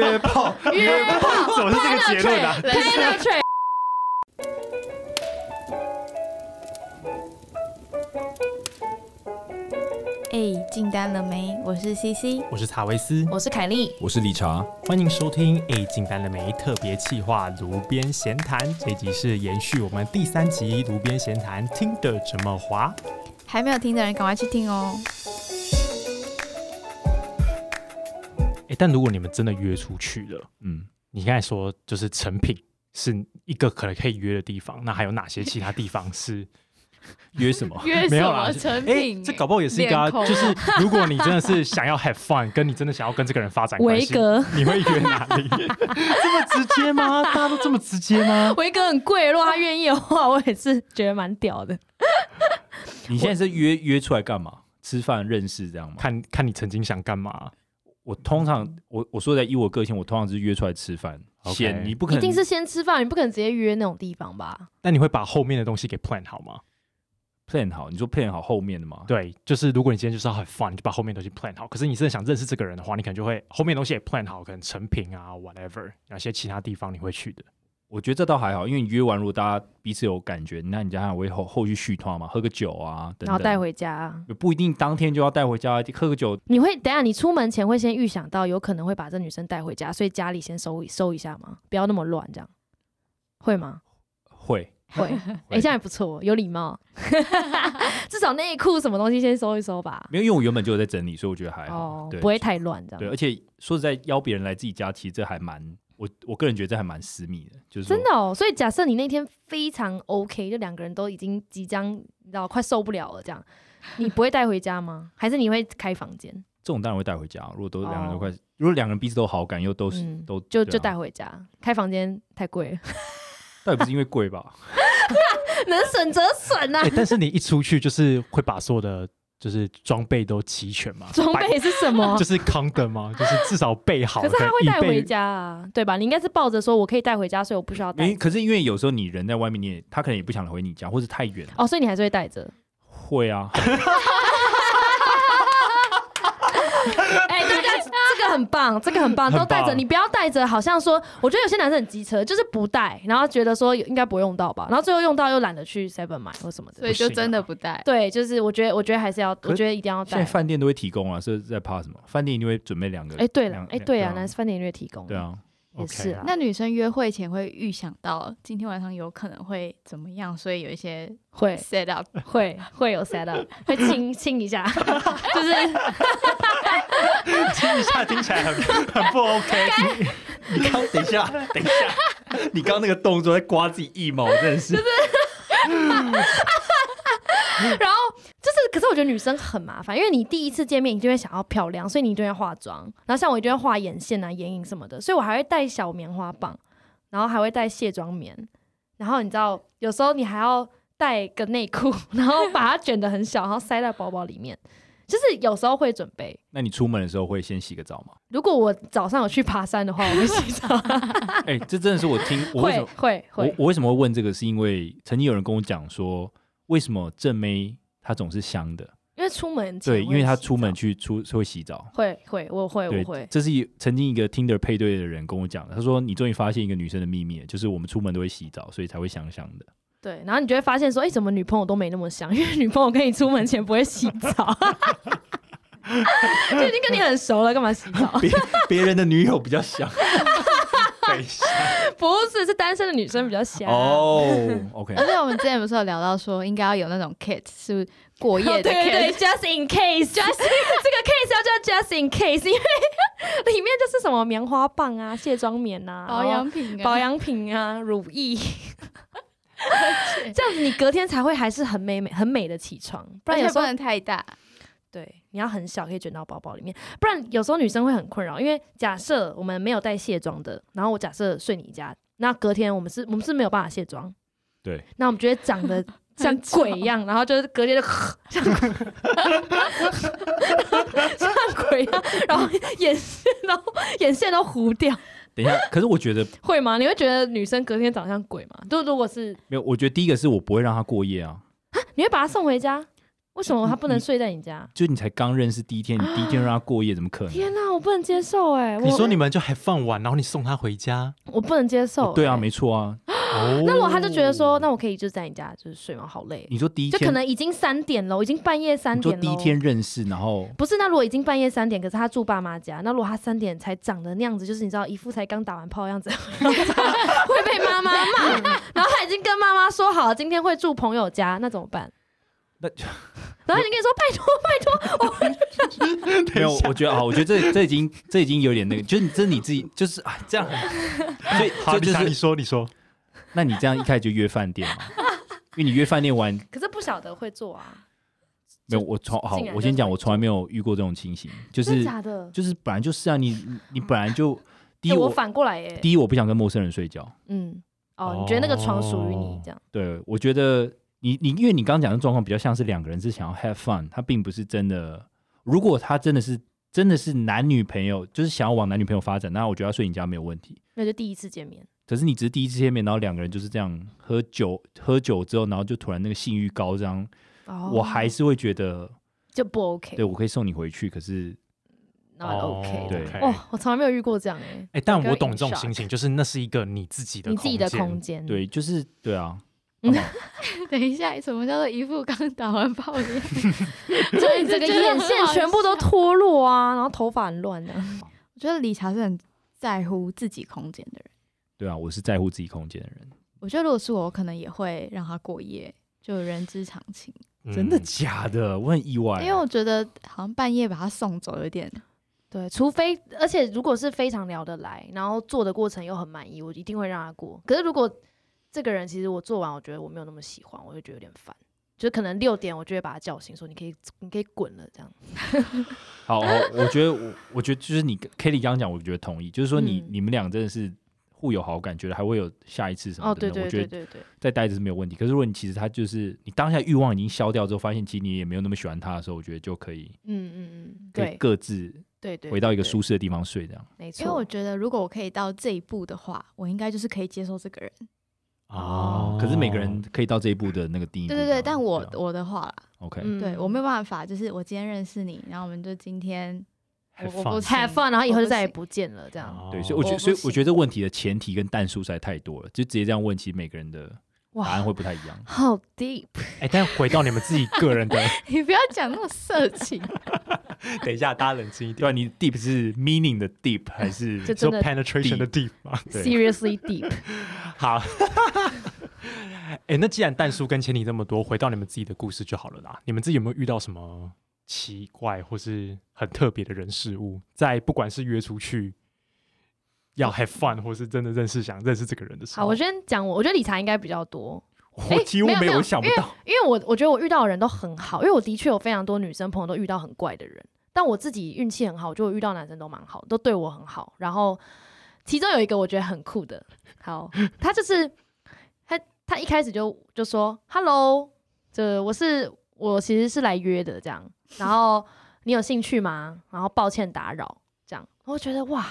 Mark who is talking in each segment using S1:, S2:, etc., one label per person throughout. S1: 约炮，
S2: 约 炮，
S3: 怎么是这个结 论啊？
S2: penetrate，
S4: 哎，进单了没？我是 CC，
S3: 我是查维斯，
S2: 我是凯莉，
S1: 我是理查，
S3: 欢迎收听《哎进班了没》特别企划《炉边闲谈》，这集是延续我们第三集《炉边闲谈》听的怎么滑。
S4: 还没有听的人赶快去听哦。
S3: 哎，但如果你们真的约出去了，
S1: 嗯，
S3: 你刚才说就是成品是一个可能可以约的地方，那还有哪些其他地方是约什么？
S2: 约
S3: 没
S2: 什
S3: 有啦
S2: 么，成
S3: 哎
S2: 品？，
S3: 这搞不好也是一个啊、
S2: 脸红
S3: 就是如果你真的是想要 have fun，跟你真的想要跟这个人发展关系，
S2: 格，
S3: 你会约哪里？这么直接吗？大家都这么直接吗？
S2: 维格很贵，如果他愿意的话，我也是觉得蛮屌的。
S1: 你现在是约约出来干嘛？吃饭认识这样吗？
S3: 看看你曾经想干嘛？
S1: 我通常我我说的以我个性，我通常是约出来吃饭。
S3: OK
S1: 显你不可
S2: 一
S1: 能
S2: 定是先吃饭，你不可能直接约那种地方吧？
S3: 那你会把后面的东西给 plan 好吗？
S1: plan 好，你说 plan 好后面的吗？
S3: 对，就是如果你今天就是要很 fun，你就把后面的东西 plan 好。可是你真的想认识这个人的话，你可能就会后面的东西也 plan 好，可能成品啊，whatever，哪些其他地方你会 去的。
S1: 我觉得这倒还好，因为你约完，如果大家彼此有感觉，那你加上我以后后续续团嘛，喝个酒啊，等等
S2: 然后带回家，
S1: 不一定当天就要带回家，喝个酒。
S2: 你会等一下你出门前会先预想到有可能会把这女生带回家，所以家里先收一收一下嘛，不要那么乱，这样会吗？
S1: 会，
S2: 会，哎、这样也不错，有礼貌， 至少内裤什么东西先收一收吧，
S1: 没有，因为我原本就有在整理，所以我觉得还好。
S2: 哦
S1: 对，
S2: 不会太乱，这
S1: 对，
S2: 样
S1: 而且说实在，邀别人来自己家，其实这还蛮我我个人觉得这还蛮私密的，就是说
S2: 真的哦。所以假设你那天非常 OK，就两个人都已经即将你知道快受不了了，这样你不会带回家吗？还是你会开房间？
S1: 这种当然会带回家。如果都
S2: 哦
S1: 两个人都快，如果两个人彼此都好感，又都是、
S2: 嗯
S1: 都
S2: 就
S1: 对啊
S2: 就带回家，开房间太贵了，
S1: 倒也不是因为贵吧？
S2: 能省则省啊
S3: 哎、。但是你一出去就是会把所有的就是装备都齐全嘛？
S2: 装
S3: 摆
S2: 备是什么
S3: 就？是 condom 吗？就是至少备好。
S2: 可是他会带
S3: 以备
S2: 回家啊，对吧？你应该是抱着说我可以带回家，所以我不需要
S1: 因为
S2: 带。
S1: 可是因为有时候你人在外面，你也他可能也不想回你家，或是太远了。
S2: 哦，所以你还是会带着。
S1: 会啊，
S2: 哎，大家这个很棒，这个很棒，
S3: 很
S2: 都
S3: 棒
S2: 带着。你不要带着，好像说，我觉得有些男生很机车，就是不带，然后觉得说应该不会用到吧，然后最后用到又懒得去 Seven 买或什么
S3: 所
S2: 的。
S3: 以就真的
S4: 不带。
S2: 对，就是我觉得，我觉得还是要，
S1: 是
S2: 我觉得一定要
S1: 现在
S2: 带。
S1: 饭店都会提供啊，是在怕什么？饭店一定会准备两个。
S2: 哎，对
S1: 两
S2: 了，哎，对啊，
S1: 对
S2: 男
S1: 啊
S2: 士饭店音乐提供。
S1: 对，啊，
S2: 也是啊。
S4: 那女生约会前会预想到今天晚上有可能会怎么样，所以有一些
S2: 会
S4: set up，
S2: 会会有 set up，会亲亲一 下，
S4: 就是
S3: 听一下听起 来很很不 OK。
S1: 你刚等一下，等一下， 你刚那个动作在刮自己腋毛，真的是。
S2: 然后就是，可是我觉得女生很麻烦，因为你第一次见面，你就会想要漂亮，所以你一定会化妆。然后像我一定会画眼线啊、眼影什么的，所以我还会带小棉花棒，然后还会带卸妆棉。然后你知道，有时候你还要带个内裤， 然后把它卷得很小，然后塞在包包里面。就是有时候会准备。
S1: 那你出门的时候会先洗个澡吗？
S2: 如果我早上有去爬山的话，我会洗澡。
S1: 哎、这真的是我听我为什
S2: 会
S1: 么
S2: 会
S1: 我
S2: 会，
S1: 我为什么会问这个，是因为曾经有人跟我讲说，为什么正妹她总是香的？
S2: 因为出门前
S1: 对，因为她出门
S2: 去
S1: 去出会洗澡。
S2: 会会我会
S1: 对
S2: 我会，
S1: 这是一曾经一个 Tinder 配对的人跟我讲的，他说你终于发现一个女生的秘密了，就是我们出门都会洗澡，所以才会香香的。
S2: 对，然后你就会发现说，哎、怎么女朋友都没那么香？因 为女朋友跟你出门前不会洗澡，就已经跟你很熟了，干嘛洗澡？
S1: 别别人的女友比较香
S3: 等一下，
S2: 不是，是单身的女生比较香。
S1: 哦。OK，
S4: 而且我们之前不是有聊到说应该要有那种 kit 是过
S2: 哦
S4: 夜
S2: 对
S4: 的
S2: 对
S4: kit，
S2: 对，just in case，just 这个 case 要叫 just in case，因为 里面就是什么棉花棒啊、卸妆棉啊、
S4: 保
S2: 然后
S4: 养品啊
S2: 保养品啊、乳液，这样子你隔天才会还是很美美、很美的起床，不
S4: 而
S2: 然有
S4: 且
S2: 时
S4: 不
S2: 候
S4: 能太大。
S2: 对，你要很小，可以卷到包包里面，不然有时候女生会很困扰，因为假设我们没有带卸妆的，然后我假设睡你家，那隔天我们是我们是没有办法卸妆，
S1: 对，
S2: 那我们觉得长 得像鬼一样，然后就是隔天就 像像鬼一样，然后眼线都眼线都糊掉，
S1: 等一下，可是我觉得
S2: 会吗？你会觉得女生隔天长得像鬼吗？就如果是
S1: 没有，我觉得第一个是我不会让她过夜啊。
S2: 你会把她送回家，为什么
S1: 嗯
S2: 他不能睡在你家？
S1: 就你才刚认识第一天，你第一天让他过夜，怎么可能？
S2: 天哪、我不能接受哎、我
S3: 你说你们就还放完，然后你送他回家，
S2: 我不能接受、
S1: 对啊，
S2: 哎
S1: 没错啊。
S3: 哦，
S2: 那如果他就觉得说，那我可以就在你家就是睡吗？好累，
S1: 你说哦第一
S2: 就
S1: 天，
S2: 可能已经三点了，已经半夜三
S1: 你说
S2: 点了。
S1: 第一天认识，然后
S2: 不是，那如果已经半夜三点，可是他住爸妈家，那如果他三点才长的那样子，就是你知道一副才刚打完炮的样子，会被妈妈骂。然后他已经跟妈妈说好今天会住朋友家，那怎么办？
S1: 那
S2: 然后你跟你说拜 托
S1: 没有，我觉得啊，我觉得这这已经这已经有点那个，就是你这是你自己，就是啊这样很， 所以
S3: 好，
S1: 所以
S3: 你
S1: 就
S3: 想你
S1: 是，
S3: 说，你说，
S1: 那你这样一开始就约饭店 嘛？因为你约饭店完，
S2: 可是不晓得会做啊，
S1: 没有我从好
S2: 竟然，
S1: 我
S2: 就
S1: 先讲，
S2: 是
S1: 我从来没有遇过这种情形，就
S2: 真
S1: 是
S2: 的假的？
S1: 就是本来就是啊，你你你本来 就第
S2: 欸
S1: 一
S2: 我
S1: 我
S2: 反过来欸耶、
S1: 第一我不想跟陌生人睡觉，
S2: 嗯，哦，你觉得那个床属于你
S3: 哦
S2: 这样？
S1: 对我觉得你你因为你刚刚讲的状况比较像是两个人是想要 have fun，他并不是真的，如果他真的是真的是男女朋友，就是想要往男女朋友发展，那我觉得他睡你家没有问题。
S2: 那就第一次见面，
S1: 可是你只是第一次见面，然后两个人就是这样喝酒，喝酒之后，然后就突然那个性欲高涨，
S2: 哦，
S1: 我还是会觉得，
S2: 就不 OK，
S1: 对我可以送你回去，可是
S2: 那 OK
S1: 对
S2: 的。哦，我从来没有遇过这样哎、
S3: 哎，但
S2: 我刚
S3: 我懂这种
S2: in shock
S3: 心情，就是那是一个你自己的
S2: 你自己的空
S3: 间，
S2: 间，
S1: 对，就是对 啊，
S2: 嗯
S1: 好不好
S4: 等一下，什么叫做一副刚打完炮 的样子？
S2: 就是你整个
S4: 真的
S2: 眼
S4: 很
S2: 线
S4: 好
S2: 全部都
S4: 笑
S2: 脱落啊，然后头发很乱的、啊
S4: 我觉得理查是很在乎自己空间的人。
S1: 对啊，我是在乎自己空间的 人，
S4: 我觉得如果是我，我可能也会让他过夜，就人之常情。
S3: 嗯
S1: 真的假的？呃我很意外，啊
S4: 因为我觉得好像半夜把他送走有点，
S2: 对，除非而且如果是非常聊得来，然后做的过程又很满意，我一定会让他过。可是如果这个人其实我做完，我觉得我没有那么喜欢，我就觉得有点烦。就可能六点，我就会把他叫醒，说你可以你可以滚了这样。
S1: 好，好我觉得我我觉得就是你 Kelly 刚刚讲，我觉得同意，就是说你、
S2: 嗯
S1: 你们俩真的是互有好感，觉得还会有下一次什么的，
S2: 哦，对对
S1: 我觉
S2: 对
S1: 得
S2: 对对，
S1: 再待着是没有问题。可是如果你其实他就是你当下欲望已经消掉之后，发现其实你也没有那么喜欢他的时候，我觉得就可以
S2: 嗯嗯嗯，
S1: 可以
S2: 对
S1: 各自
S2: 对对，
S1: 回到一个
S2: 对，
S1: 舒适的地方睡，这样。
S2: 没错。
S4: 因为我觉得如果我可以到这一步的话，我应该就是可以接受这个人。
S1: 哦，可是每个人可以到这一步的那个定义不
S4: 对
S1: 一样。
S4: 对对，但我
S1: 啊
S4: 我的话啦，
S1: OK，
S2: 嗯
S4: 对我没有办法，就是我今天认识你，然后我们就今天我
S3: Have
S4: 我不
S3: fun
S4: 行
S2: have fun，然后以后
S4: 我
S2: 就
S4: 不
S2: 再也
S4: 行
S2: 不见了这样。
S3: 哦
S1: 对，所以我觉得，
S4: 我不
S1: 所以我
S4: 行
S1: 觉得这问题的前提跟蛋数实在太多了，就直接这样问，其实每个人的答案
S2: 哇，
S1: 会不太一样。
S2: 好 deep，
S3: 哎，但回到你们自己个人的，
S4: 你不要讲那么色情，
S3: 等一下，大家冷静一
S1: 对
S3: 点
S1: 啊，。你 deep 是 meaning 的 deep 还 是
S2: 这
S3: 说
S2: 真的
S3: penetration 的地方，
S1: 对
S2: seriously deep。
S3: 好， 哎、那既然蛋叔跟千里这么多，回到你们自己的故事就好了啦。你们自己有没有遇到什么奇怪或是很特别的人事物，在不管是约出去要 have fun，或是真的认识想认识这个人的时
S2: 好，
S3: 候，
S2: 哦哎我先讲我，我觉得理查应该比较多，
S1: 我几乎
S2: 没有
S1: 没
S2: 没有
S1: 有想不到，
S2: 因为我我觉得我遇到的人都很好，因为我的确有非常多女生朋友都遇到很怪的人，但我自己运气很好，我就遇到男生都蛮好，都对我很好。然后其中有一个我觉得很酷的，好，他就是他他一开始就就说 “hello”，这我是我其实是来约的这样，然后你有兴趣吗？然后抱歉打扰这样，我觉得哇，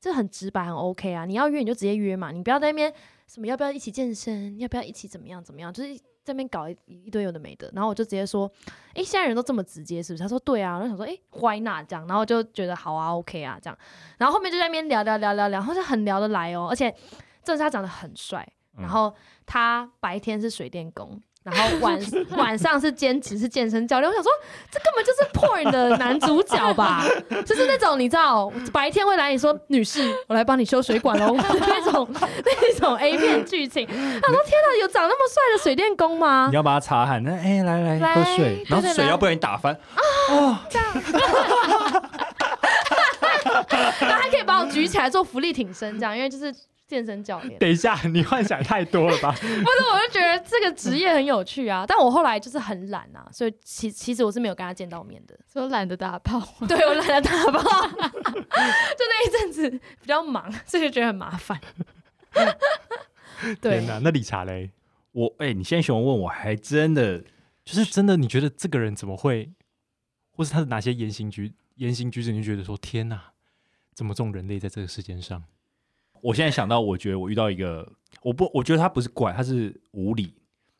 S2: 这很直白，很 OK 啊。你要约你就直接约嘛，你不要在那边什么要不要一起健身，要不要一起怎么样怎么样，就是这边搞一一堆有的没的。然后我就直接说，诶，现在人都这么直接是不是？他说对啊，然后想说，诶 w h y not 这样？然后就觉得好啊，OK 啊这样。然后后面就在那边聊聊聊聊聊，好像很聊得来哦，而且正是他长得很帅，
S1: 嗯
S2: 然后他白天是水电工。然后晚晚上是兼职是健身教练，我想说这根本就是 porn 的男主角吧，就是那种你知道白天会来你说女士，我来帮你修水管喽， 那种那种 A 片剧情。他说天哪，有长那么帅的水电工吗
S1: 你？要把他擦汗，那哎来来
S2: 啊来
S1: 喝水
S2: 对，
S1: 然后
S2: 对
S1: 水
S2: 来
S1: 要不然打翻，
S2: 然后还可以把我举起来做浮力挺身，这样，因为就是健身教 练。
S3: 等一下， 你幻想太多了吧？
S2: 不是，我就觉得这个职业很有趣啊。但我后来就是很懒啊，所以其其实我是没有跟他见到面的。
S4: 说懒得打炮 吗？
S2: 对我懒得打包， 就那一阵子比较忙，所以就觉得很麻 烦。对
S3: 天，哪，那理查嘞，
S1: 我哎、你现在喜欢问我，还真的
S3: 就是真的，你觉得这个人怎么会，或是他的哪些言行举言行举止，你就觉得说天哪，怎么这种人类在这个世界上？
S1: 我现在想到，我觉得我遇到一个，我不，我觉得他不是怪，他是无理。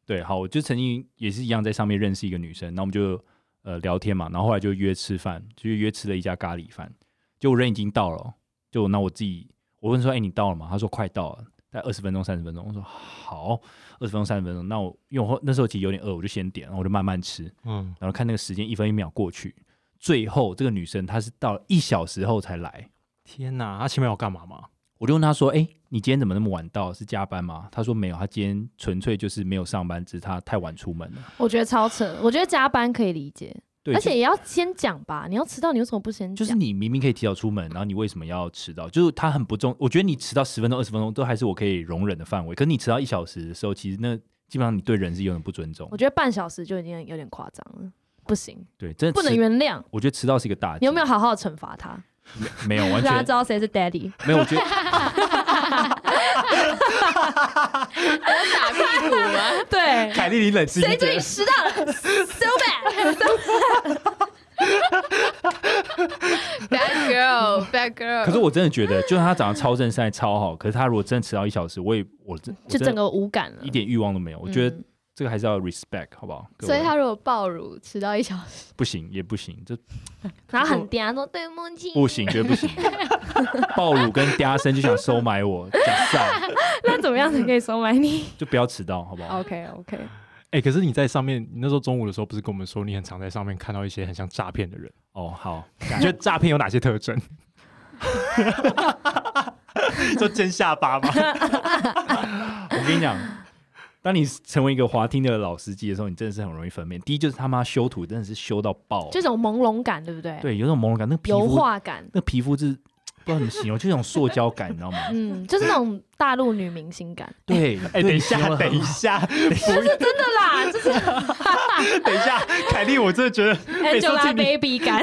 S1: 对，好，我就曾经也是一样在上面认识一个女生，然后我们就呃聊天嘛，然后后来就约吃饭，就约吃了一家咖喱饭，就我人已经到了哦，就那我自己我问说，哎、你到了吗？他说快到了，大概二十分钟三十分钟。我说好，二十分钟三十分钟，那我因为我那时候其实有点饿，我就先点，然后我就慢慢吃，
S3: 嗯，
S1: 然后看那个时间一分一秒过去，最后这个女生她是到了一小时后才来，
S3: 天哪，他前面有干嘛吗？
S1: 我就问她说：“哎、你今天怎么那么晚到？是加班吗？”她说：“没有，她今天纯粹就是没有上班，只是她太晚出门了。
S2: 我觉得超扯，我觉得加班可以理解，”
S1: 对，
S2: 而
S1: 就
S2: 且也要先讲吧。你要迟到，你为什么不先
S1: 就是
S2: 讲？
S1: 你明明可以提早出门，然后你为什么要迟到？就是她很不重，我觉得你迟到十分钟、二十分钟都还是我可以容忍的范围，可是你迟到一小时的时候，其实那基本上你对人是有点不尊重
S2: 我。觉得半小时就已经有点夸张了，不行，
S1: 对，真的
S2: 不能
S1: 迟。
S2: 原谅。
S1: 我觉得迟到是一个大忌。
S2: 你有没有好好惩罚他，
S1: 没？没有，完
S2: 让他
S1: 全
S2: 知道谁是 daddy？
S1: 没有。我觉得
S4: 打屁股吗？
S2: 对，
S3: 凯莉，你冷静
S2: 谁最迟 到了？So bad！
S4: Bad girl, bad girl。
S1: 可是我真的觉得，就算他长得超正，身材超好，可是他如果真的迟到一小时，我也我真我
S2: 就
S1: 真
S2: 整个无感了。
S1: 一点欲望都没有。我觉得
S2: 嗯
S1: 这个还是要 respect，好不好？各
S4: 所以
S1: 位
S4: 他如果爆乳迟到一小时，，
S1: 不行也不行，这
S2: 然后很嗲说对不起，
S1: 不行，绝对不行。暴乳跟嗲声就想收买我，假赛
S2: 那怎么样才可以收买你
S1: 就不要迟到，好不好？
S2: ？OK OK，
S3: 哎、可是你在上面，你那时候中午的时候不是跟我们说，你很常在上面看到一些很像诈骗的 人？
S1: 哦，好，
S3: 你觉得诈骗有哪些特 征？说尖下巴吗？
S1: 我跟你讲，当你成为一个滑听的老司机的时候，你真的是很容易分辨。第一就是他妈修图真的是修到爆，
S2: 这种朦胧感，对不对？，
S1: 对，有种朦胧感，那个皮
S2: 油
S1: 肤，
S2: 画感，
S1: 那个皮肤是不知道怎么形容，就那种塑胶感，你知道吗？
S2: 嗯，就是那种大陆女明星感。
S1: 对，对
S3: 哎、等一
S1: 你形容
S3: 下，
S1: 得很
S3: 等一
S1: 好
S3: 下，
S2: 真的啦，就是
S3: 等一下，凯莉，我真的觉得 每次都替你，
S2: Angelababy 感。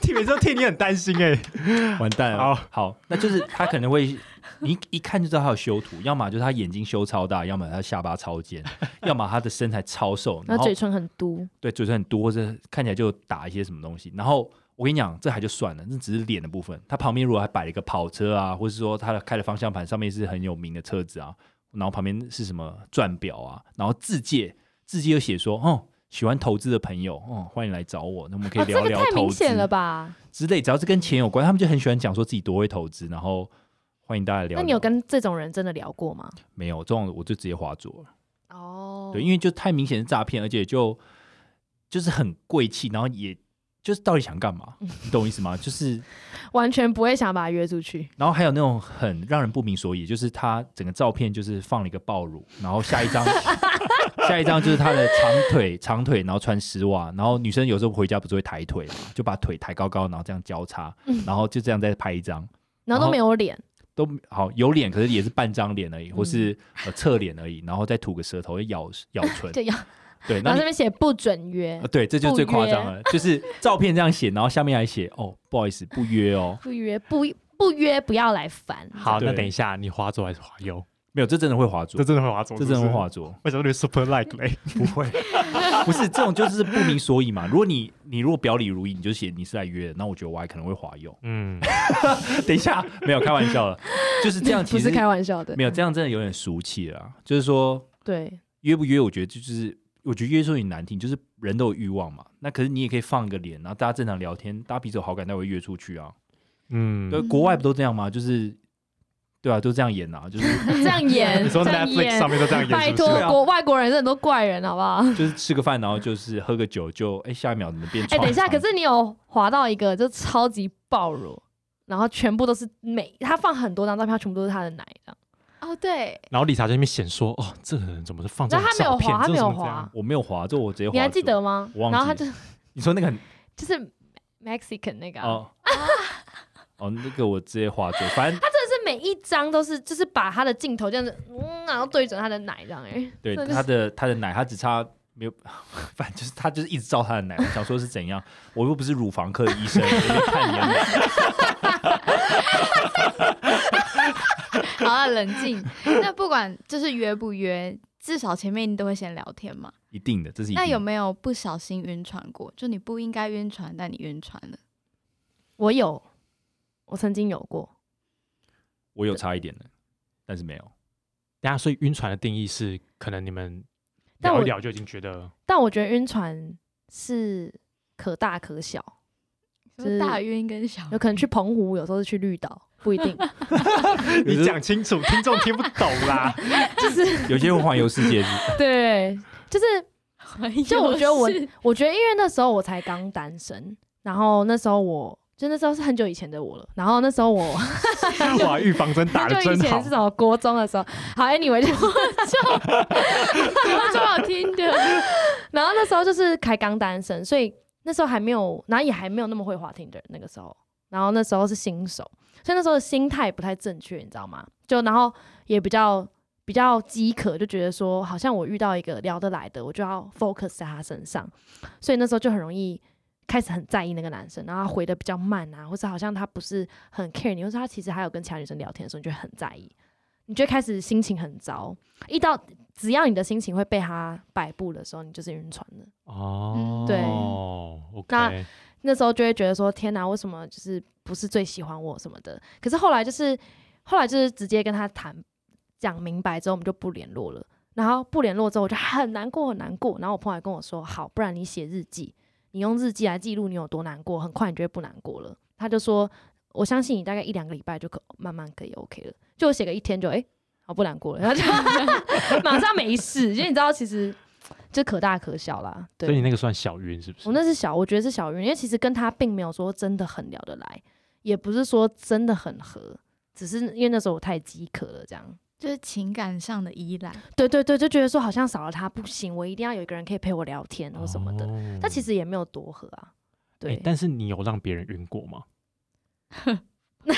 S3: 替每次都替你很担心哎、
S1: 完蛋了。
S3: 好
S1: 那就是他可能会，你一看就知道他有修图，要么就是他眼睛修超大，要么他下巴超尖，要么他的身材超 瘦，
S2: 然
S1: 然
S2: 后
S1: 后
S2: 嘴唇很嘟，
S1: 对嘴唇很多，或者看起来就打一些什么东西。然后我跟你讲，这还就算了，那只是脸的部分。他旁边如果还摆了一个跑车啊，或是说他的开的方向盘上面是很有名的车子啊，然后旁边是什么钻表啊，然后字界字界又写说哦。喜欢投资的朋友，哦，欢迎来找我，那我们可以
S2: 哦，这
S1: 聊
S2: 个
S1: 聊
S2: 太
S1: 投
S2: 明
S1: 资。
S2: 显了吧？
S1: 之类，只要是跟钱有关，他们就很喜欢讲说自己多会投资，然后欢迎大家聊聊。
S2: 那你有跟这种人真的聊过吗？
S1: 没有这种，我就直接划左了。
S2: 哦
S1: 对，因为就太明显是诈骗，而且就就是很贵气，然后也就是到底想干
S2: 嗯
S1: 嘛，你懂我意思吗？就是，
S2: 完全不会想把他约出去。
S1: 然后还有那种很让人不明所以，就是他整个照片就是放了一个暴乳，然后下一 张下一张就是他的长腿长腿，然后穿丝袜，然后女生有时候回家不是会抬腿嘛，就把腿抬高高，然后这样交叉，
S2: 嗯
S1: 然后就这样再拍一张。
S2: 然
S1: 然
S2: 后都
S1: 后
S2: 没有脸，
S1: 都好有脸，可是也是半张脸而已，或
S2: 嗯
S1: 是呃侧脸而已，然后再吐个舌头，咬咬唇
S4: 就要
S1: 对，
S2: 然
S1: 那
S2: 后
S1: 你
S2: 上面写不准约
S1: 呃，对，这就是最夸张了，就是照片这样写，然后下面还写哦，不好意思，不约哦，
S2: 不约不不约不要来烦。
S3: 好，那
S1: 对
S3: 等一下，你滑左还是滑右？
S1: 没有，这真的会滑
S3: 这
S1: 左，
S3: 真的会滑左，
S1: 这真的
S3: 是
S1: 会
S3: 不是
S1: 滑。左，
S3: 为什么你 super like 嘞？
S1: 不会，不是这种就是不明所以嘛。如果你你如果表里如一，你就写你是来约的，那我觉得我还可能会滑右。
S3: 嗯，
S1: 等一下，没有开玩笑了，就是这样，
S2: 不
S1: 其
S2: 是
S1: 实
S2: 开玩笑的
S1: 没，有这样真的有点俗气了啊，就是说
S2: 对，
S1: 约不约，我觉得就是，我觉得约说你难听，就是人都有欲望嘛。那可是你也可以放个脸，然后大家正常聊天，大家彼此有好感，才会约出去啊。
S3: 嗯
S1: 对，国外 不都这样吗？就是，对啊，都这样演啊，就是
S2: 这样 演，
S3: 你说
S2: 这样
S3: Netflix
S2: 演
S3: 上，面都这样演，
S2: 拜
S3: 是不是
S2: 托
S1: 对，啊
S2: 国外国人是很多怪人，好 不好？
S1: 就是吃个饭，然后就是喝个酒，就哎、下一秒怎么变？
S2: 哎、等一下，可是你有滑到一个就超级爆乳，然后全部都是美，他放很多张照片，全部都是他的奶的。
S4: 哦，对，
S3: 然后理查在那边显说，哦，这个人怎么是放这
S2: 然
S3: 种
S2: 后他没有
S3: 照片？
S2: 滑，他
S3: 这
S2: 没
S3: 种
S2: 有
S3: 怎么这
S2: 滑
S3: 样，，
S1: 我没有滑，这我直接滑。
S2: 你还记得？吗？
S1: 我忘记
S2: 然后他就
S1: 你说那个很
S2: 就是 Mexican 那个啊、
S1: 哦。哦，那个我直接滑左，反正
S2: 他真的是每一张都是，就是把他的镜头这样子，嗯，然后对准他的奶这样、哎，
S1: 对
S2: 真的是
S1: 他的他的奶，他只差没有，反正就是他就是一直照他的奶。我想说是怎样，我又不是乳房科医生，我就看你的奶。
S4: 好了，冷 静。那不管就是约不约，至少前面你都会先聊天嘛。
S1: 一定的，这
S3: 嗯
S1: 是一定
S4: 那
S1: 的
S4: 有没有不小心晕船过？就你不应该晕船，但你晕船了。
S2: 我有，我曾经有过，
S1: 我有差一点的，但是没有。
S3: 等一下，所以晕船的定义是，可能你们
S2: 但
S3: 聊
S2: 我
S3: 一聊就已经觉得
S2: 但我觉得晕船是可大可小，
S4: 什
S2: 就是
S4: 么大晕跟小
S2: 有可能去澎湖，有时候是去绿岛，不一 定，
S3: 你讲清楚，听众听不懂 啦。
S2: 就是
S1: 有些会环游世界是
S2: 对，就是
S4: 晕，
S2: 就我觉得我
S4: 是，
S2: 我觉得因为那时候我才刚单身，然后那时候我就那时候是很久以前的我了，然后那时候我
S3: 哇，预防针打
S2: 很
S3: 的
S2: 久以
S3: 真
S2: 前
S3: 好
S2: 是。什么国中的时候，好，anyway 就是
S4: 我最 好听的，
S2: 然后那时候就是才刚单身，所以那时候还没有，然后也还没有那么会滑听的那个时候，然后那时候是新手，所以那时候的心态不太正确，你知道吗？就然后也比较比较饥渴，就觉得说好像我遇到一个聊得来的，我就要 focus 在他身上，所以那时候就很容易。开始很在意那个男生，然后他回的比较慢啊，或者好像他不是很 care 你，或者他其实还有跟其他女生聊天的时候，你就很在意，你就会开始心情很糟。一到只要你的心情会被他摆布的时候，你就是晕船的。
S3: 哦，
S2: 对
S3: ，OK，
S2: 那时候就会觉得说，天哪，为什么就是不是最喜欢我什么的？可是后来就是后来就是直接跟他谈讲明白之后，我们就不联络了。然后不联络之后，我就很难过，很难过。然后我朋友还跟我说，好，不然你写日记，你用日记来记录你有多难过，很快你就会不难过了。他就说，我相信你大概一两个礼拜就可慢慢可以 OK 了。就我写个一天就哎、好不难过了，然后就 马上没事，因为你知道其实就可大可小啦。对，
S3: 所以你那个算小晕是不是？
S2: 我那是小，我觉得是小晕，因为其实跟他并没有说真的很聊得来，也不是说真的很合，只是因为那时候我太饥渴了，这样。
S4: 就是情感上的依赖。
S2: 对对对，就觉得说好像少了他不行，我一定要有一个人可以陪我聊天或什么的。
S3: 哦
S2: 但其实也没有多合啊，对，
S3: 欸但是你有让别人晕过吗？就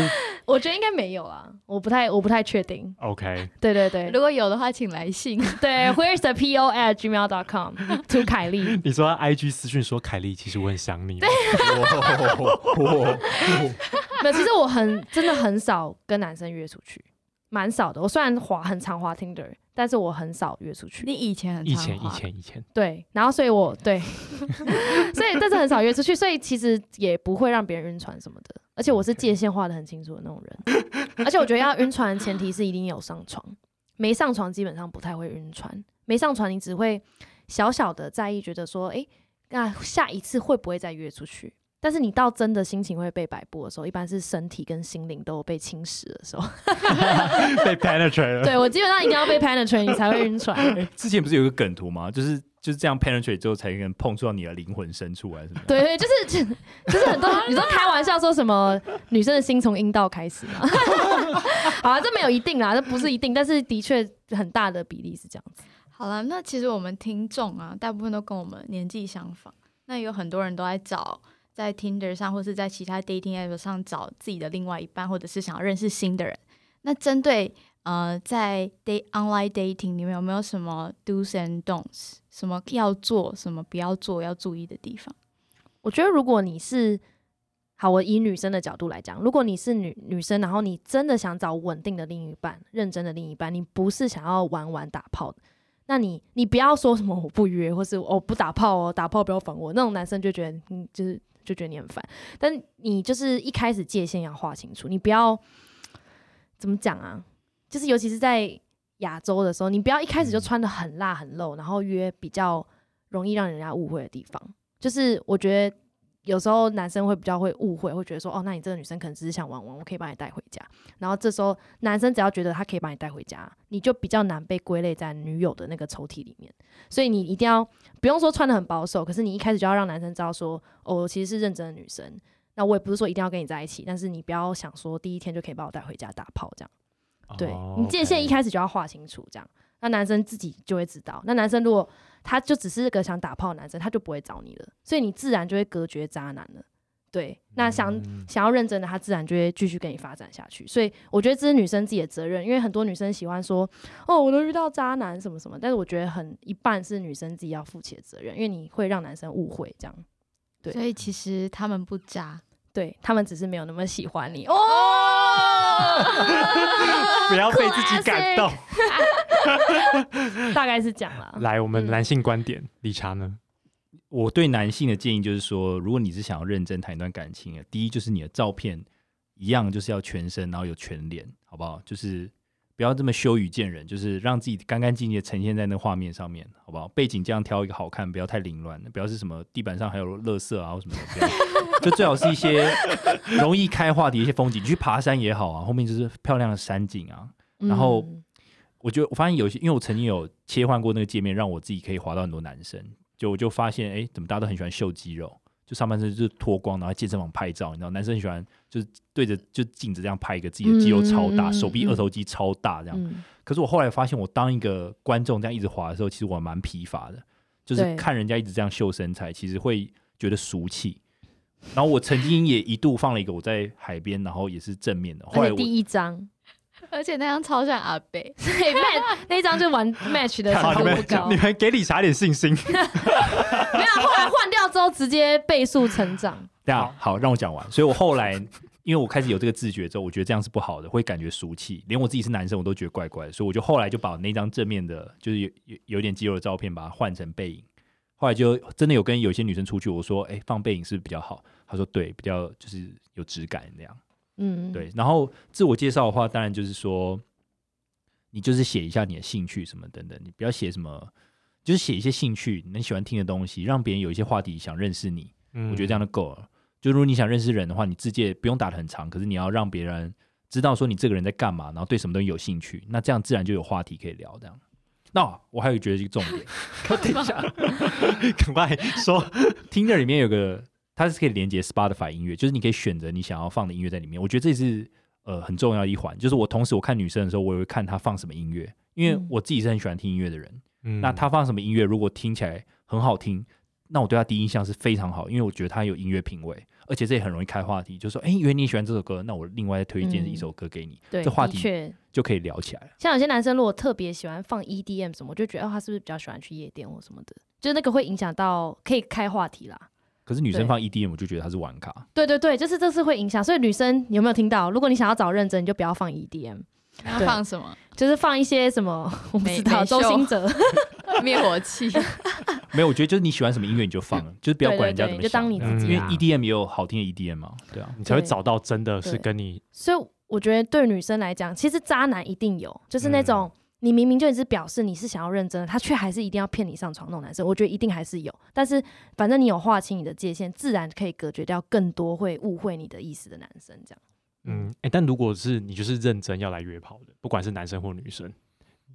S3: 是
S2: 我觉得应该没有啊，我不太我不太确定。
S3: OK，
S2: 对对对
S4: 如果有的话，请来信。
S2: 对，Where's the p o at gmail dot com to 凯莉？
S3: 你说他 IG 私讯说凯莉，其实我很想你哦。
S2: 没有，其实我很真的很少跟男生约出去，蛮少的。我虽然滑很常滑 Tinder，但是我很少约出去
S4: 你。以前很
S3: 以
S4: 常
S3: 前以
S4: 滑
S3: 前以前，
S2: 对，然后所以我对， 所以但是很少约出去，所以其实也不会让别人晕船什么的。而且我是界限画的很清楚的那种人，而且我觉得要晕船的前提是一定有上床，没上床基本上不太会晕船。没上床你只会小小的在意，觉得说，诶，那下一次会不会再约出去？但是你到真的心情会被摆布的时候，一般是身体跟心灵都有被侵蚀的时候。
S3: 被 penetrate 了。
S2: 对我基本上一定要被 penetrate 你才会晕船。
S1: 之前不是有一个梗图吗？就是就是这样 penetrate 之后才能碰触到你的灵魂深处还啊是什么？
S2: 对对，就是 就就是很多，你说开玩笑说什么女生的心从阴道开始嘛？ 好啊，这没有一定啦，这不是一定，但是的确很大的比例是这样子。
S4: 好了，那其实我们听众啊，大部分都跟我们年纪相仿，那有很多人都在找在 Tinder 上或是在其他 dating app 上找自己的另外一半，或者是想要认识新的人。那针对呃在 date online dating 里面有没有什么 do's and don'ts，什么要做，什么不要做，要注意的地方？
S2: 我觉得如果你是好，我以女生的角度来讲，如果你是女女生，然后你真的想找稳定的另一半、认真的另一半，你不是想要玩玩打炮的，那你你不要说什么我不约，或是我、哦、不打炮哦，打炮不要烦我，那种男生就觉得嗯，就是就觉得你很烦。但你就是一开始界限要划清楚，你不要怎么讲啊？就是尤其是在亚洲的时候，你不要一开始就穿的很辣很露，然后约比较容易让人家误会的地方。就是我觉得有时候男生会比较会误会，会觉得说哦，那你这个女生可能只是想玩玩，我可以把你带回家。然后这时候男生只要觉得他可以把你带回家，你就比较难被归类在女友的那个抽屉里面。所以你一定要不用说穿的很保守，可是你一开始就要让男生知道说哦，我其实是认真的女生。那我也不是说一定要跟你在一起，但是你不要想说第一天就可以把我带回家打炮这样。对、
S3: 哦
S2: 你界限一
S3: OK
S2: 开始就要划清楚，这样那男生自己就会知道。那男生如果他就只是个想打炮的男生，他就不会找你了，所以你自然就会隔绝渣男了。对，那想、
S3: 嗯
S2: 想要认真的，他自然就会继续跟你发展下去。所以我觉得这是女生自己的责任，因为很多女生喜欢说哦，我都遇到渣男什么什么，但是我觉得很一半是女生自己要负起的责任，因为你会让男生误会这样。对
S4: 所以其实他们不渣，
S2: 对他们只是没有那么喜欢你哦，
S3: 不要被自己感 动。
S2: 大概是这样啦。
S3: 来，我们
S2: 嗯
S3: 男性观点，理查呢？
S1: 我对男性的建议就是说，如果你是想要认真谈一段感情的，第一就是你的照片一样就是要全身，然后有全脸，好不好？就是不要这么羞于见人，就是让自己干干净净的呈现在那画面上面，好不好？背景这样挑一个好看，不要太凌乱的，不要是什么地板上还有垃圾啊或什么的不要，就最好是一些容易开化的一些风景。你去爬山也好啊，后面就是漂亮的山景啊。然后
S2: 嗯
S1: 我觉得我发现有些，因为我曾经有切换过那个界面，让我自己可以滑到很多男生，就我就发现，哎，怎么大家都很喜欢秀肌肉，就上半身就是脱光，然后在健身房拍照，你知道，男生很喜欢就是对着就镜子这样拍一个自己的肌肉超大，
S2: 嗯嗯嗯
S1: 手臂
S2: 嗯
S1: 二头肌超大这样。
S2: 嗯
S1: 可是我后来发现，我当一个观众这样一直滑的时候，其实我蛮疲乏的，就是
S2: 对
S1: 看人家一直这样秀身材，其实会觉得俗气。然后我曾经也一度放了一个我在海边，然后也是正面的，后来
S2: 而且
S1: 我
S2: 第一张，
S4: 而且那张超像阿贝，
S2: 所以 match 那一张就玩 match 的
S3: 好，
S2: 程
S3: 你
S2: 度
S3: 们
S2: 不高
S3: 你，们给理查一点信 心。
S2: 没有啊后来换掉之后直接倍速成长。
S1: 这样
S3: 好
S1: 啊好，让我讲完。所以我后来，因为我开始有这个自觉之后，我觉得这样是不好的，会感觉俗气，连我自己是男生我都觉得怪怪的，所以我就后来就把我那张正面的，就是有有有点肌肉的照片，把它换成背影。后来就真的有跟有些女生出去，我说：“哎、放背影是不是比较好。”她说：“对，比较就是有质感那样。”
S2: 嗯，
S1: 对，然后自我介绍的话，当然就是说，你就是写一下你的兴趣什么等等，你不要写什么，就是写一些兴趣，你喜欢听的东西，让别人有一些话题想认识你。我觉得这样
S3: 样
S1: 就够了。就如果你想认识人的话，你字界不用打的很长，可是你要让别人知道说你这个人在干嘛，然后对什么东西有兴趣，那这样自然就有话题可以聊。这样，那我还有觉得一个重点
S3: 等一下，赶快说。
S1: ，Tinder 里面有个它是可以连接 Spotify 音乐，就是你可以选择你想要放的音乐在里面。我觉得这是呃很重要的一环，就是我同时我看女生的时候，我也会看她放什么音乐，因为
S2: 嗯
S1: 我自己是很喜欢听音乐的人。
S3: 嗯
S1: 那他放什么音乐，如果听起来很好听，那我对他第一印象是非常好，因为我觉得他有音乐品味，而且这也很容易开话题，就说，哎、原来你喜欢这首歌，那我另外再推荐
S2: 嗯
S1: 一首歌给你，
S2: 对，
S1: 这话
S2: 的
S1: 题
S2: 确，
S1: 就可以聊起来了。
S2: 像有些男生如果特别喜欢放 EDM 什么，我就觉得哦，他是不是比较喜欢去夜店或什么的？就是那个会影响到可以开话题啦。
S1: 可是女生
S2: 对
S1: 放 EDM，我就觉得她是玩咖，
S2: 对对对，就是这是会影响。所以女生你有没有听到？如果你想要找认真，你就不要放 EDM，
S4: 那
S2: 对
S4: 放什么
S2: 就是放一些什么我不知
S4: 美
S2: 道
S4: 美秀
S2: 周兴哲，
S4: 灭火 器？
S1: 没有，我觉得就是你喜欢什么音乐你就放，就是不要管人家
S2: 对对对
S1: 怎么想，
S2: 就当你
S3: 自
S1: 因
S3: 己
S1: 为
S3: 啊
S1: EDM 也有好听的 EDM 嘛，对啊，
S3: 你才会找到真的是
S2: 对
S3: 跟你
S2: 所以我觉得对女生来讲，其实渣男一定有，就是那种、你明明就只是表示你是想要认真的，他却还是一定要骗你上床那种男生，我觉得一定还是有。但是反正你有划清你的界限，自然可以隔绝掉更多会误会你的意思的男生。这样，
S3: 嗯，哎、但如果是你就是认真要来约炮的，不管是男生或女生，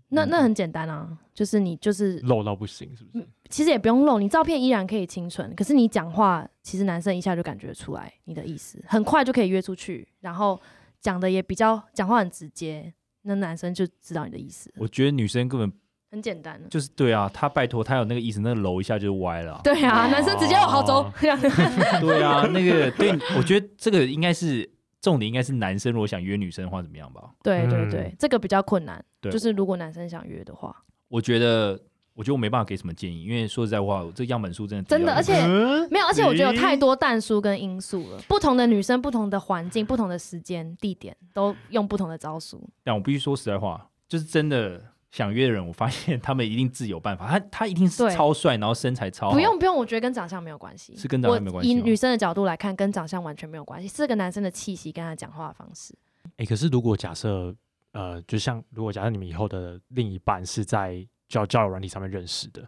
S2: 那
S3: 嗯
S2: 那很简单啊，就是你就是
S3: 漏到不行，是不是？
S2: 其实也不用露，你照片依然可以清纯，可是你讲话，其实男生一下就感觉出来你的意思，很快就可以约出去，然后讲的也比较讲话很直接，那男生就知道你的意思，
S1: 我觉得女生根本
S2: 很简单啊。
S1: 就是对啊，她拜托她有那个意思，那个揉一下就歪了啊、
S2: 对啊，男生直接哦好走
S3: 哦，
S2: 这样
S1: 对啊，那个对，我觉得这个应该是重点，应该是男生如果想约女生的话怎么样吧？
S2: 对
S3: 嗯
S2: 对对，这个比较困难。
S1: 对
S2: 就是如果男生想约的话，
S1: 我觉得，我觉得我没办法给什么建议，因为说实在话，我这样本数真的低
S2: 真
S1: 到
S2: 的，
S1: 一
S2: 而且
S3: 嗯，
S2: 没有，而且我觉得有
S3: 咦
S2: 太多淡书跟因素了。不同的女生、不同的环境、不同的时间、地点，都用不同的招数。
S1: 但我必须说实在话，就是真的想约的人，我发现他们一定自有办法。他他一定是
S2: 对
S1: 超帅，然后身材超好
S2: 不用不用，我觉得跟长相没有关系，
S1: 哦是跟长相
S2: 我
S1: 没有关系
S2: 以
S1: 哦
S2: 女生的角度来看，跟长相完全没有关系，是这个男生的气息跟他讲话的方式。
S3: 哎、可是如果假设，呃，就像如果假设你们以后的另一半是在交交友软体上面认识的，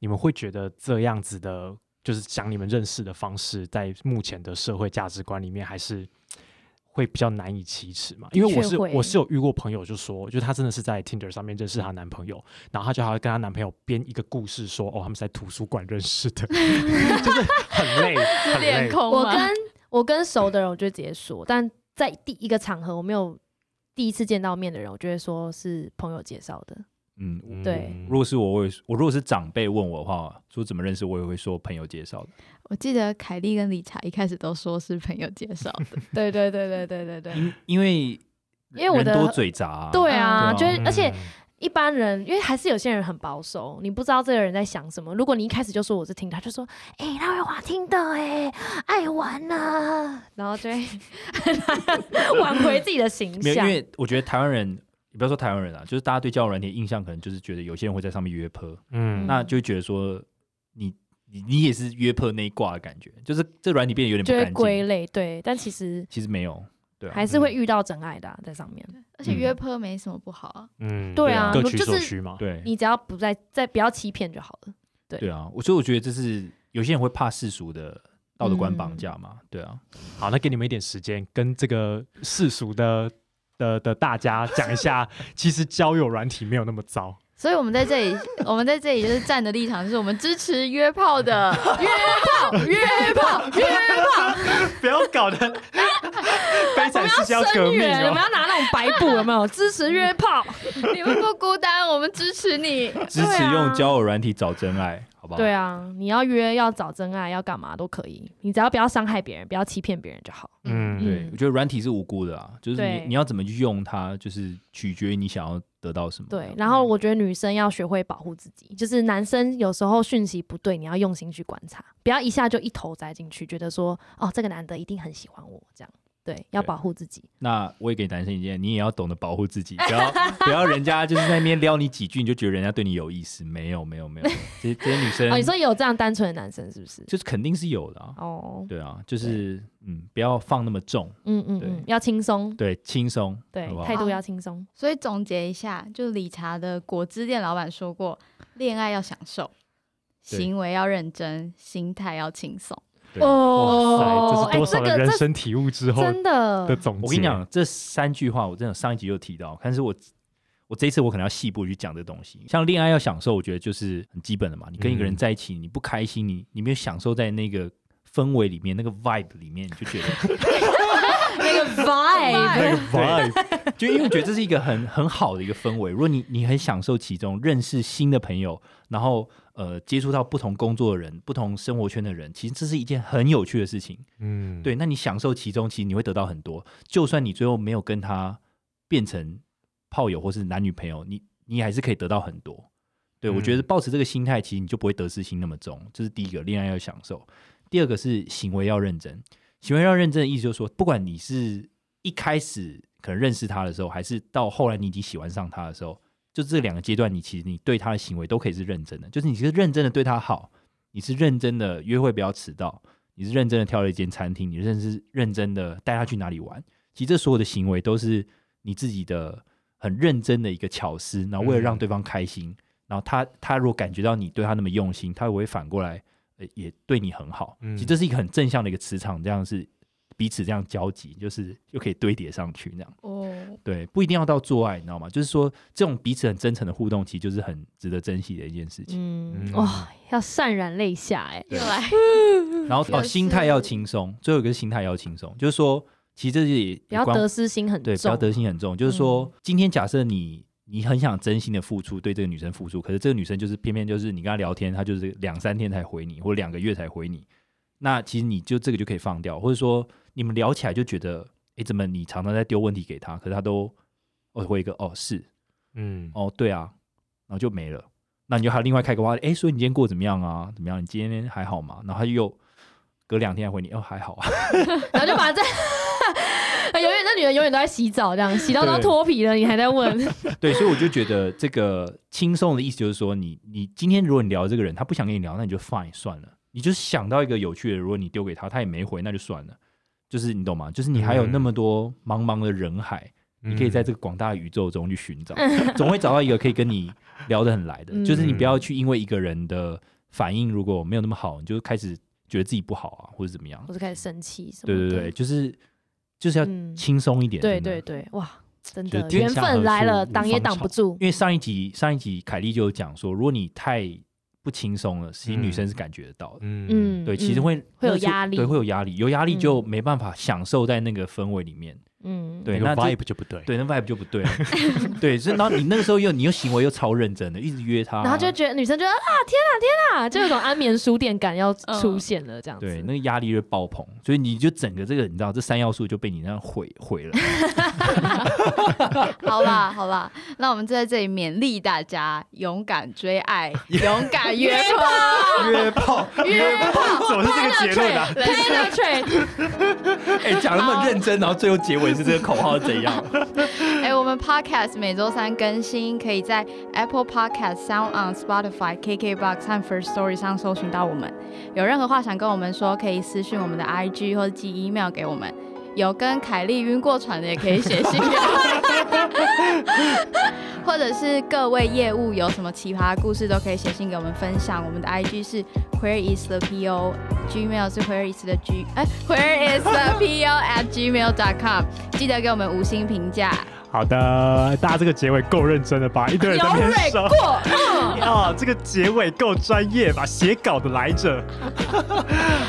S3: 你们会觉得这样子的，就是讲你们认识的方式，在目前的社会价值观里面，还是会比较难以启齿嘛？因为我
S2: 确
S3: 是
S2: 会
S3: 我是有遇过朋友就说，就是她真的是在 Tinder 上面认识她男朋友，然后她就还要跟她男朋友编一个故事说，哦，他们是在图书馆认识的， 就是很累，
S4: 自
S3: 很
S4: 恋
S3: 累。
S4: 控
S2: 我
S4: 吗
S2: 跟我跟熟的人，我就直接说，但在第一个场合，我没有第一次见到面的人，我就会说是朋友介绍的。
S1: 嗯。
S3: 嗯
S2: 对
S1: 如果是我，我也我如果是长辈问我的话，说怎么认识，我也会说朋友介绍的，
S4: 我记得凯莉跟理查一开始都说是朋友介绍的，
S2: 对对对对对对对。
S1: 因因为
S2: 因为我
S1: 人
S2: 的
S1: 多嘴杂啊、
S2: 对啊，
S1: 嗯
S2: 就
S1: 对啊
S2: 是而且一般人，因为还是有些人很保守，你不知道这个人在想什么。如果你一开始就说我是听，他就说，哎、他会玩听的、哎，爱玩呐、然后 就会 挽回自己的形
S1: 没有，因
S2: 象。
S1: 为我觉得台湾人，也不要说台湾人啊，就是大家对交友软体的印象，可能就是觉得有些人会在上面约 e 炮，
S3: 嗯，
S1: 那就会觉得说你你你也是约炮那一挂的感觉，就是这软体变得有点
S2: 就
S1: 不
S2: 会
S1: 干
S2: 归
S1: 净。
S2: 类对，但其实
S1: 其实没有，对啊，
S2: 还是会遇到真爱的啊、在上面。
S4: 而且
S1: 嗯
S4: 约炮没什么不好啊。
S3: 嗯，
S2: 对啊
S3: 各
S2: 就
S3: 取所
S2: 是
S3: 需嘛。
S1: 对啊
S2: 你只要不再再不要欺骗就好了。
S1: 对啊，我所以我觉得这是有些人会怕世俗的道德观绑架嘛，
S2: 嗯
S1: 对啊，
S3: 好，那给你们一点时间，跟这个世俗的的的大家讲一 下，其实交友软体没有那么糟。
S4: 所以我们在这里，我们在这里就是站的立场，就是我们支持约炮的约炮，约炮，约
S3: 不要搞得悲惨世界要革
S2: 声
S3: 命
S2: 援，我们
S3: 哦！
S2: 要拿那种白布，有没有支持约
S1: 嗯
S2: 炮？
S4: 炮，你们不孤单，我们支持你。
S1: 支持用交友软体找真爱，好不好？
S2: 对啊，你要约要找真爱要干嘛都可以，你只要不要伤害别人，不要欺骗别人就好。
S3: 嗯，
S1: 对，我觉得软体是无辜的啊，就是
S2: 对
S1: 你你要怎么去用它，就是取决于你想要得到什么。
S2: 对，然后我觉得女生要学会保护自己，就是男生有时候讯息不对，你要用心去观察，不要一下就一头栽进去，觉得说哦这个男的一定很喜欢我这样。对，要
S1: 对
S2: 保护自己。
S1: 那我也给男生一件，你也要懂得保护自己，不要 不要人家就是在那边撩你几句，你就觉得人家对你有意思，没有没有没有，这些这些女生，
S2: 哦，你说有这样单纯的男生是不是？
S1: 就是肯定是有的啊，
S2: 哦，
S1: 对啊，就是嗯，不要放那么重，
S2: 嗯嗯
S1: 对
S2: 嗯，要轻松，
S1: 对，轻松，
S2: 对
S1: 好不，好
S2: 态度要轻松。
S4: 所以总结一下，就理查的果汁店老板说过，恋爱要享受，
S1: 对
S4: 行为要认真，心态要轻松。
S1: 对
S3: 哇
S2: 哦，
S3: 塞，这是多少
S2: 哎
S3: 的
S2: 这个
S3: 人生体悟之后
S2: 真的
S3: 的总结？
S1: 我跟你，讲，这三句话我真的上一集有提到，但是我我这一次我可能要细部去讲这东西。像恋爱要享受，我觉得就是很基本的嘛。你跟一个人
S3: 嗯
S1: 在一起，你不开心，你你没有享受在那个氛围里面，那个 vibe 里面，你就觉得
S2: 那 个 vibe，
S3: 那个 vibe，
S1: 就因为我觉得这是一个很很好的一个氛围。如果你你很享受其中，认识新的朋友，然后呃接触到不同工作的人、不同生活圈的人，其实这是一件很有趣的事情。
S3: 嗯，
S1: 对，那你享受其中，其实你会得到很多。就算你最后没有跟他变成炮友或是男女朋友，你你还是可以得到很多。对、我觉得
S3: 嗯
S1: 抱持这个心态，其实你就不会得失心那么重。这是第一个，恋爱要享受；第二个是行为要认真。行为要认真的意思就是说，不管你是一开始可能认识他的时候，还是到后来你已经喜欢上他的时候，就这两个阶段，你其实你对他的行为都可以是认真的，就是你是认真的对他好，你是认真的约会不要迟到，你是认真的挑了一间餐厅，你认是认真的带他去哪里玩。其实这所有的行为都是你自己的很认真的一个巧思，然后为了让
S3: 嗯
S1: 对方开心，然后他他如果感觉到你对他那么用心，他也会反过来呃也对你很好。
S3: 嗯
S1: 其实这是一个很正向的一个磁场，这样是彼此这样交集，就是又可以堆叠上去那样。
S4: 哦，
S1: 对，不一定要到做爱，你知道吗？就是说这种彼此很真诚的互动，其实就是很值得珍惜的一件事情。
S2: 嗯
S3: 嗯，
S2: 哇，要潸然泪下哎。
S4: 又来，
S1: 然后
S4: 也
S1: 哦，
S4: 是
S1: 心态要轻松，最后一个是心态要轻松，就是说其实这也
S2: 不要
S1: 也关
S2: 得失心很重，嗯
S1: 对，不要得心很重。就是说，今天假设你你很想真心的付出，对这个女生付出，可是这个女生就是偏偏就是你跟她聊天，她就是两三天才回你，或两个月才回你。那其实你就这个就可以放掉，或者说你们聊起来就觉得，诶，怎么你常常在丢问题给她，可是她都哦回一个哦是
S3: 嗯，
S1: 哦对啊，然后就没了。那你就还另外开个话，诶，所以你今天过得怎么样啊？怎么样？你今天还好吗？然后她又隔两天还回你，哦还好啊。
S2: 然后就把这。 永远那女人永远都在洗澡，这样洗到都
S1: 对
S2: 脱皮了，你还 在问？
S1: 对，所以我就觉得这个轻松的意思就是说，你你今天如果你聊这个人，他不想跟你聊，那你就 fine 算了。你就是想到一个有趣的，如果你丢给他，他也没回，那就算了。就是你懂吗？就是你还有那么多茫茫的人海，你可
S3: 嗯
S2: 嗯
S1: 以在这个广大的宇宙中去寻 找，总会找到一个可以跟你聊得很来的。
S2: 嗯
S1: 就是你不要去因为一个人的反应如果没有那么好，你就开始觉得自己不好啊，或者怎么样
S2: 我。就开始生气什么
S1: 对
S2: 的。
S1: 对对，就是就是要
S2: 嗯，
S1: 轻松一点。
S2: 对
S1: 真的
S2: 对对，哇，真
S3: 就是
S2: 的
S3: 天
S2: 缘
S3: 下
S2: 分
S3: 何
S2: 来
S3: 处
S2: 了，
S3: 无
S2: 挡也
S3: 芳
S2: 挡不
S3: 草
S2: 住。
S1: 因为上一集上一集凯莉就有讲说，如果你太不轻松了，其实
S3: 嗯
S1: 女生是感觉得到的。
S3: 嗯
S2: 嗯，
S1: 对，其实
S2: 嗯
S1: 会、
S2: 会有
S1: 那是
S2: 压力
S1: 对，会有压力，有压力就没办法享受在那个氛围里面。
S2: 嗯，
S1: 对，
S3: 那
S1: 那
S3: 个
S1: 这
S3: vibe 就不对，
S1: 对那 vibe 就不对 了。对，所以然后你那个时候又你又行为又超认真的，一直约他，
S2: 然后就觉得女生觉得啊，天啊，天啊，就有种安眠书店感要出
S4: 嗯
S2: 现了，这样子。
S1: 对那个压力就会爆棚，所以你就整个这个你知道这三要素就被你那样毁毁了。
S4: 好啦，好啦，那我们就在这里勉励大家勇敢追爱，勇敢约炮。
S3: 约炮，
S2: 约炮
S3: 怎么是这个结论啊？
S2: penetrate，
S1: 哎、讲那么认真，然后最后结尾是这个口号怎样？
S4: 哎、我们 Podcast 每周三更新，可以在 Apple Podcast、Sound on、Spotify、KKBox 和 First Story 上搜寻到我们。有任何话想跟我们说，可以私讯我们的 IG 或寄 email 给我们。有跟凯莉晕过船的，也可以写信给我们。或者是各位业务有什么奇葩的故事，都可以写信给我们分享。我们的 IG 是 Where is the PO，Gmail 是 Where is the G，哎、w h e r e is the PO at gmail dot com，记得给我们五星评价。
S3: 好的，大家这个结尾够认真了吧？一 堆人在那边
S2: 蕊
S3: 手
S2: 过，
S3: 啊，这个结尾够专 业吧？写稿的来着。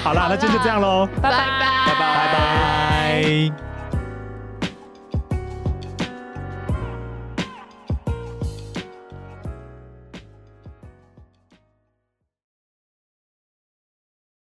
S3: 好啦，那今天就这样喽，
S2: 拜
S4: 拜拜
S3: 拜拜。